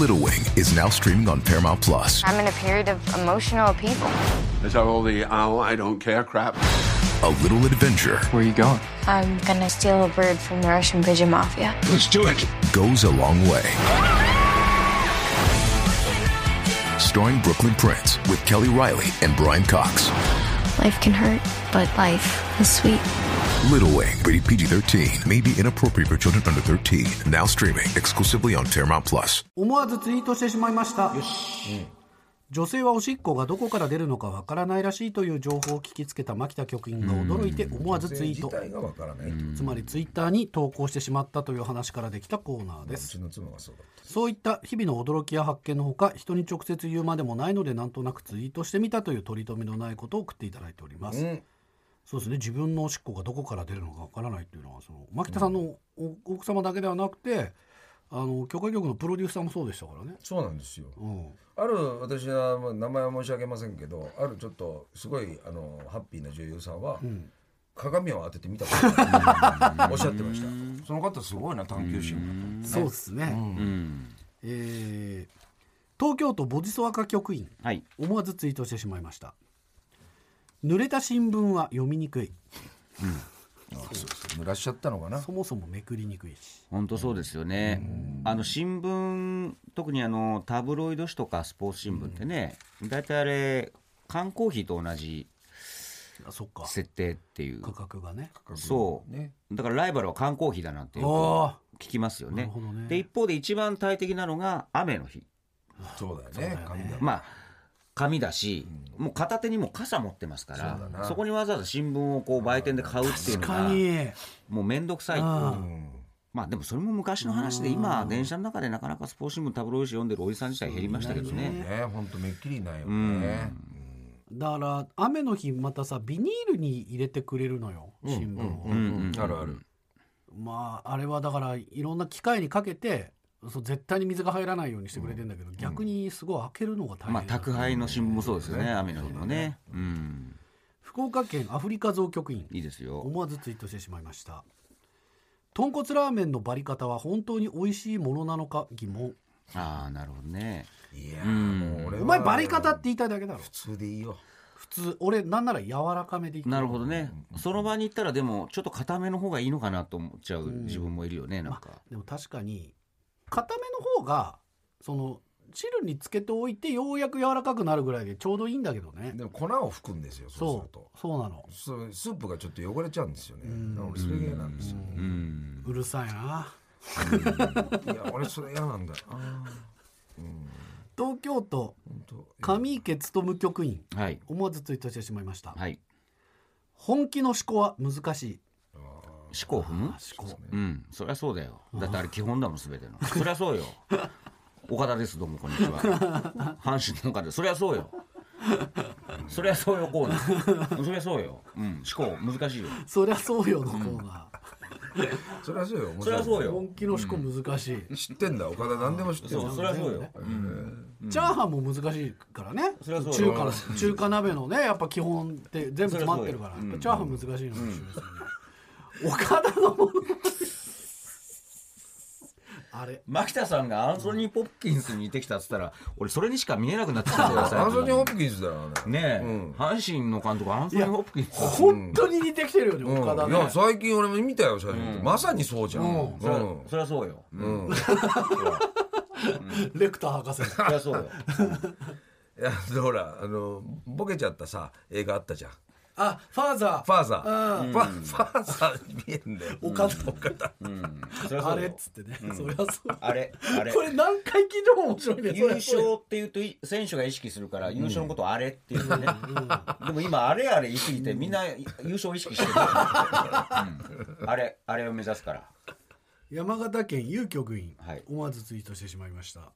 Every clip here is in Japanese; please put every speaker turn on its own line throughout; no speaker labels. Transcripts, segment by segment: Little Wing is now streaming on Paramount Plus.
I'm in a period of emotional upheaval.
Is that all the oh, I don't care crap?
A little adventure
Where are you going?
I'm gonna steal a bird from the Russian pigeon mafia.
Let's do it.
goes a long way. Starring Brooklyn Prince with Kelly Riley and Brian Cox.
Life can hurt, but life is sweet.
Little Wing, rated PG 13, may be inappropriate for children under 13. Now streaming exclusively on Paramount Plus.
思わずツイートしてしまいました女性はおしっこがどこから出るのかわからないらしいという情報を聞きつけた牧田局員が驚いて思わずツイート
自体がわからないってこと
つまりツイッターに投稿してしまったという話からできたコーナーで
う
す
ちの妻がそうだった
そういった日々の驚きや発見のほか人に直接言うまでもないのでなんとなくツイートしてみたという取り留めのないことを送っていただいております、
うん
そうですね自分のおしっこがどこから出るのかわからないというのはその牧田さんのお奥様だけではなくてあの許可局のプロデューサーもそうでしたからね、
そうなんですよ
うん、
ある私はまあ名前は申し上げませんけどあるちょっとすごいあのハッピーな女優さんは、鏡を当ててみたことが あるおっしゃってましたその方すごいな探求心
そうですね、えー東京都ボジソワカ局員
はい。
思わずツイートしてしまいました濡れた新聞は読みにくい
濡らしちゃったのかな
そもそもめくりにくいし
本当そうですよね。あの新聞、特にあのタブロイド紙とかスポーツ新聞ってね、大体あれ、缶コーヒーと同じ
あそっか
設定っていう。
価格がね
そう、
ね
だからライバルは缶コーヒーだなんてよ
あ
く聞きますよ
な
ね
るほどね
で一方で一番大敵なのが雨の日
そうだよね鏡だ
まあ紙だし、もう片手にもう傘持ってますから
そうだ
そ
な
こにわざわざ新聞をこう売店で買うってい
確
うの
か
が
に
もう面倒くさいっていう
ああ
まあでもそれも昔の話で今電車の中でなかなかスポーツ新聞タブロイド紙読んでるおじさん自体減りましたけどね
ねほんとめっきりないよね
だから雨の日またさビニールに入れてくれるのよ新聞を、
うんあるある
まああれはだからいろんな機械にかけてそう絶対に水が入らないようにしてくれてんだけど、逆にすごい開けるのが大変、
まあ宅配の新聞もそうですよね雨の日のねうん
福岡県アフリカ増局員
いいですよ
思わずツイートしてしまいました豚骨ラーメンのバリ方は本当に美味しいものなのか疑問
ああなるほどね
いやもう俺は
お前バリ方って言いたいだけだろ
普通でいいよ
普通俺なんなら柔らかめでいく
なるほどね、その場に行ったらでもちょっと固めの方がいいのかなと思っちゃう自分もいるよね、なんか、
でも確かに固めの方がその汁につけておいてようやく柔らかくなるぐらいでちょうどいいんだけどね
でも粉を含くんですよそうす
そ
る
う
と
そうなの
そうスープがちょっと汚れちゃうんですよねだから俺それが嫌なんですよね
うん
うるさいない
や俺それ嫌なんだああ
東京都
ほんと
上池勤局員
はい
思わずツイートしてしまいました、
はい
本気の思考は難しい
四股を踏む
思考
うんそりゃそうだよだってあれ基本だもん全てのそりゃそうよ 岡田ですどうもこんにちは阪神の岡田ですそりゃそうよそりゃそうよコーナーそりゃそうようん思考難しいよ
そりゃそうよのコーナ
そりゃそうよ面
そ
白
りゃ
い
そう
ー
よ
本気の思考難しい、
知ってんだ岡田何でも知ってる
そうそりゃそうよ
チャーハンも難しいからね
そりゃそうよ
中華の中華鍋のねやっぱ基本って全部詰まってるから、
そりゃそうよ
やっぱチャーハン難しいのかもしれないですね、岡田のものあれ
牧田さんがアンソニー・ポッキンスに似てきたっつったら俺それにしか見えなくなってきたんだよ最近
アンソニー・ホプキンスだよあれ
ねえ、
うん
阪神の監督アンソニー・ホップキンス
本当に似てきてるよね、岡田
うん、い
ね
や最近俺も見たよ写真、まさにそうじゃん、うん
そりゃそりゃそうよ、
うん
レクター博士
そりゃそうよ
いやほらあのボケちゃったさ映画あったじゃんフ
あファーザー
ァーザー、ファファーザーに見えんだよ
岡田
岡田
そりゃ そうよ
あれっつってね、そりゃそう
あれあれ
これ何回聞いても面白いねそ
優
りゃそう
勝っていうとい選手が意識するから優勝のことをあれっていうね、でも今あれあれ言い過ぎてみんな優勝意識してる、うんあれあれを目指すから
山形県有局員、
はい
思わずツイートしてしまいました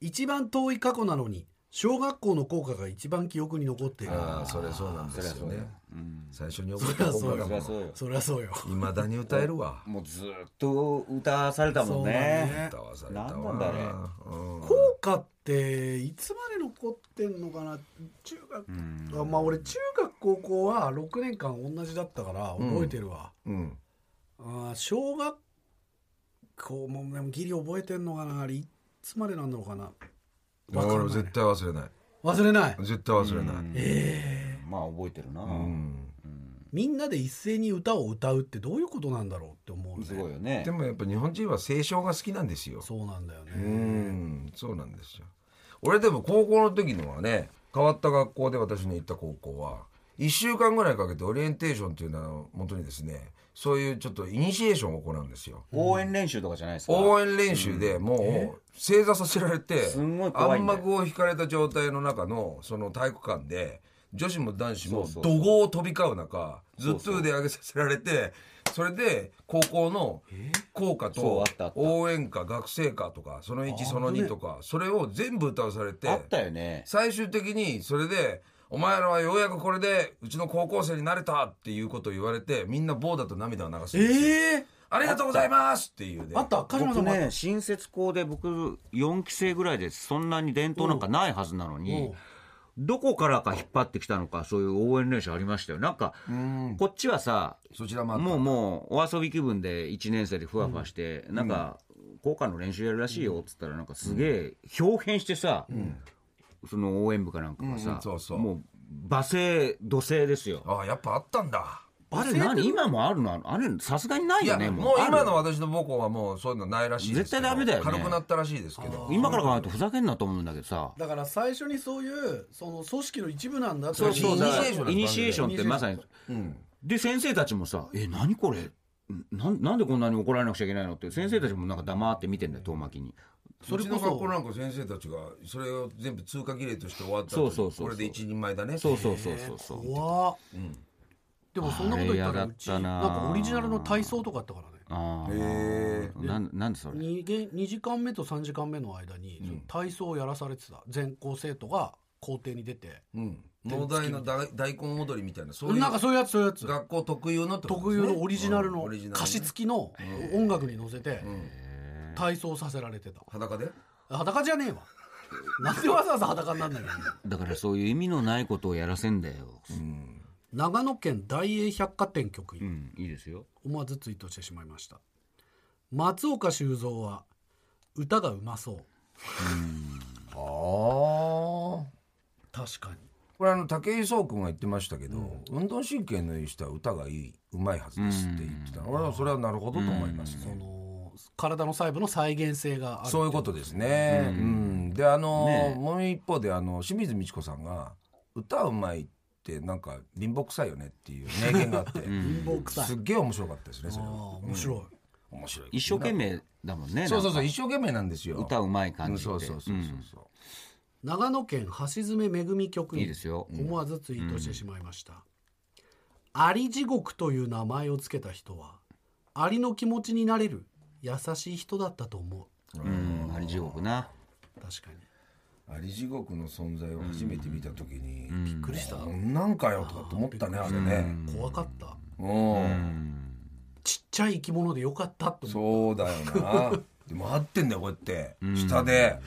一番遠い過去なのに小学校の校歌が一番記憶に残っている
ああそれそうなんですよね、最初に覚え
そり
た
ゃそうよ
方が
そりゃそうよ
そりゃそうよ
いまだに歌えるわ
もうずっと歌わされたもん
そうだ
ね
ね
歌わされたわ
なんなんだあれ
うん
校歌っていつまで残ってんのかな中学あまあ俺中学高校は6年間同じだったから覚えてるわ、
うん
あー小学校もでもギリ覚えてんのかなあれつまでなんだろうかな
俺も絶対忘れない
忘れない
絶対忘れない
まあ覚えてるな、
みんなで一斉に歌を歌うってどういうことなんだろうって思うね
すごいよね
でもやっぱ日本人は清唱が好きなんですよ
そうなんだよね、
うんそうなんですよ俺でも高校の時のはね変わった学校で私の行った高校は1週間ぐらいかけてオリエンテーションという名のもとにですねそういうちょっとイニシエーションを行うんですよ
応援練習とかじゃないですか
応援練習でもう正座させられて、
んごい怖い
暗
んだよ
幕を引かれた状態の中のその体育館で女子も男子も
そうそうそう
怒号を飛び交う中ずっと腕上げさせられてそれで高校の校歌
そうあ
と
ったあった
応援歌学生歌とかその1その2とかそれを全部歌わされ
あ
て
ったよね
最終的にそれで「お前らはようやくこれでうちの高校生になれた」っていうことを言われてみんな棒だと涙を流すんですよ
ええ
ありがとうございますっていうね
あった鹿島さ
僕
んもあった
ね新設校で僕4期生ぐらいでそんなに伝統なんかないはずなのにどこからか引っ張ってきたのかそういう応援練習ありましたよなんかこっちはさ
そちらもあった
もうもうお遊び気分で1年生でふわふわして、なんか効果の練習やるらしいよっつったらなんかすげえ表変してさ、その応援部かなんかがさ、
うんそうそう
もう罵声土声ですよ
ああやっぱあったんだ
あれ何今もあるのあのあれさすがにない
い
よ
や
ね
もう
ある
今の私の母校はもうそういうのないらしいですけど
絶対ダメだよね
軽くなったらしいですけど
今から考えるとふざけんなと思うんだけどさ
だから最初にそういうその組織の一部なんだって
そうそう
イニシエーションなんだ
イニシエーションってまさに、で先生たちもさ「え何これなんなんでこんなに怒られなくちゃいけないの?」って先生たちもなんか黙って見てんだよ遠巻きに
それこそ学校なんか先生たちがそれを全部通過儀礼として終わった
そうそうそうそう
これで一人前だね
そうそうそうそうそう
怖っでもそんなこと言ったらうち
あ
な
れ
ん
嫌だったな
かオリジナルの体操とかあったからね
ああ
へ
なんなんでそれ
2, 時間目と3時間目の間に、その体操をやらされてた全校生徒が校庭に出て、
うん農大の大大根踊りみたいなそういう
なんかそういうやつそういうやつ
学校特有のってこと
特
です
有
ね
のオリジナル
うん
の
オリジナルね
歌詞付きの音楽に乗せて体操させられてた
裸で
裸じゃねえわなんでわざわざ裸になんだけど
だからそういう意味のないことをやらせんだよ、
長野県大英百貨店局員、
うん、いいですよ
思わずツイートしてしまいました松岡修造は歌がうまそう
ああ
確かに
これあの武井壮君が言ってましたけど、運動神経のいい人は歌がいいうまいはずですって言ってた、俺はそれはなるほどと思いますね、
その体の細部の再現性がある
そういうことですね。うんであの、もう一方であの清水美智子さんが歌うまいってなんか貧乏臭いよねっていう名言があって、
貧乏臭い
すっげえ面白かったですねそれ
ああ
は。
面白い、
面白い。
一生懸命だもんね
そうそうそ
なん
う
か
一生懸命なんですよ。
歌うまい感じって、
うんそうそうそうそうそう。
長野県橋爪めぐみ局員
いいですよ
思わずツイートしてしまいました、アリ地獄という名前をつけた人はアリの気持ちになれる優しい人だったと思う
うん、あれ地獄な
確かに
あり地獄の存在を初めて見た時に、びっくりした。なんかよとかと思ったねあれね。
怖かった
うん。
ちっちゃい生き物でよかったと思う
そうだよな。でも合ってんだよこうやって下で。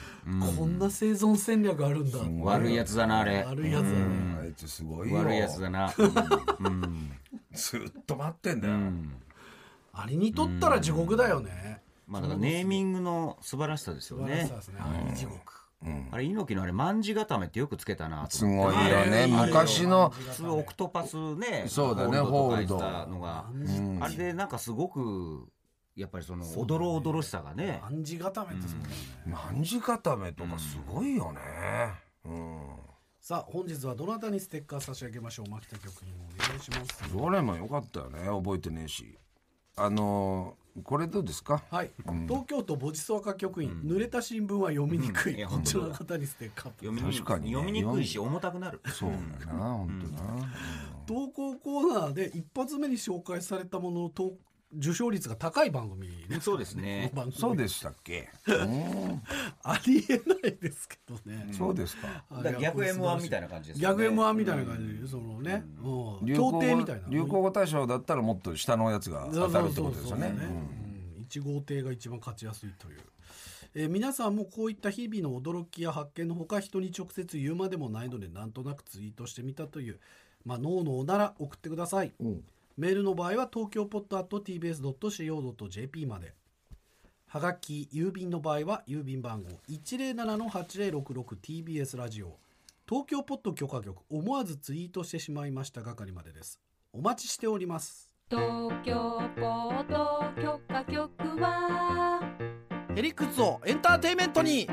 こんな生存戦略あるんだ
悪いやつだなあれ
悪いやつだね、
あいつすごいよ。
悪いやつだな
ずっと待ってんだよ。
アリにとったら地獄だよね、
まあだからネーミングの素晴らしさですよ
素晴らし
ね
さですねアリ地獄、
あれ猪木のあれ卍固めってよくつけたな
す
と思って
ごいよね昔の
普通オクトパスね
そうだね
ホールド
ホ
と
ールド
か言ってたのが、あれでなんかすごくやっぱりそのおどろおどろしさがね
暗示固めってそうだよね、
卍固めとかすごいよねうん
さあ本日はどなたにステッカー差し上げましょう牧田局員お願いします
どれも良かったよね覚えてねえしあのーこれどうですか
はい、東京都ボジソワカ局員、濡れた新聞は読みにくい,、
や
こ
本
ち
当
ら
だ
の方にステッカー
読みに
確かにね
読みにくいし重たくなる
そうだな本当な
投稿コーナーで一発目に紹介されたものの投受賞率が高い番組です
そうです ね
番組
そうでしたっけうん
ありえないですけどね、
そうですか
だから逆 M1 みたいな感じですよ
逆
ね
M1 みたいな感じで、そのね、うん、
流行
協
語
定みたいな
流行語大賞だったらもっと下のやつが当たるってことですよね
うん1号艇が一番勝ちやすいという、えー皆さんもこういった日々の驚きや発見のほか人に直接言うまでもないのでなんとなくツイートしてみたという、まあ、脳のおなら送ってください、メールの場合は東京ポット .tbs.co.jp まではがき郵便の場合は郵便番号 107-8066TBS ラジオ東京ポッド許可局思わずツイートしてしまいました係までですお待ちしております
東京ポート許可局は
エリックスをエンターテイメントに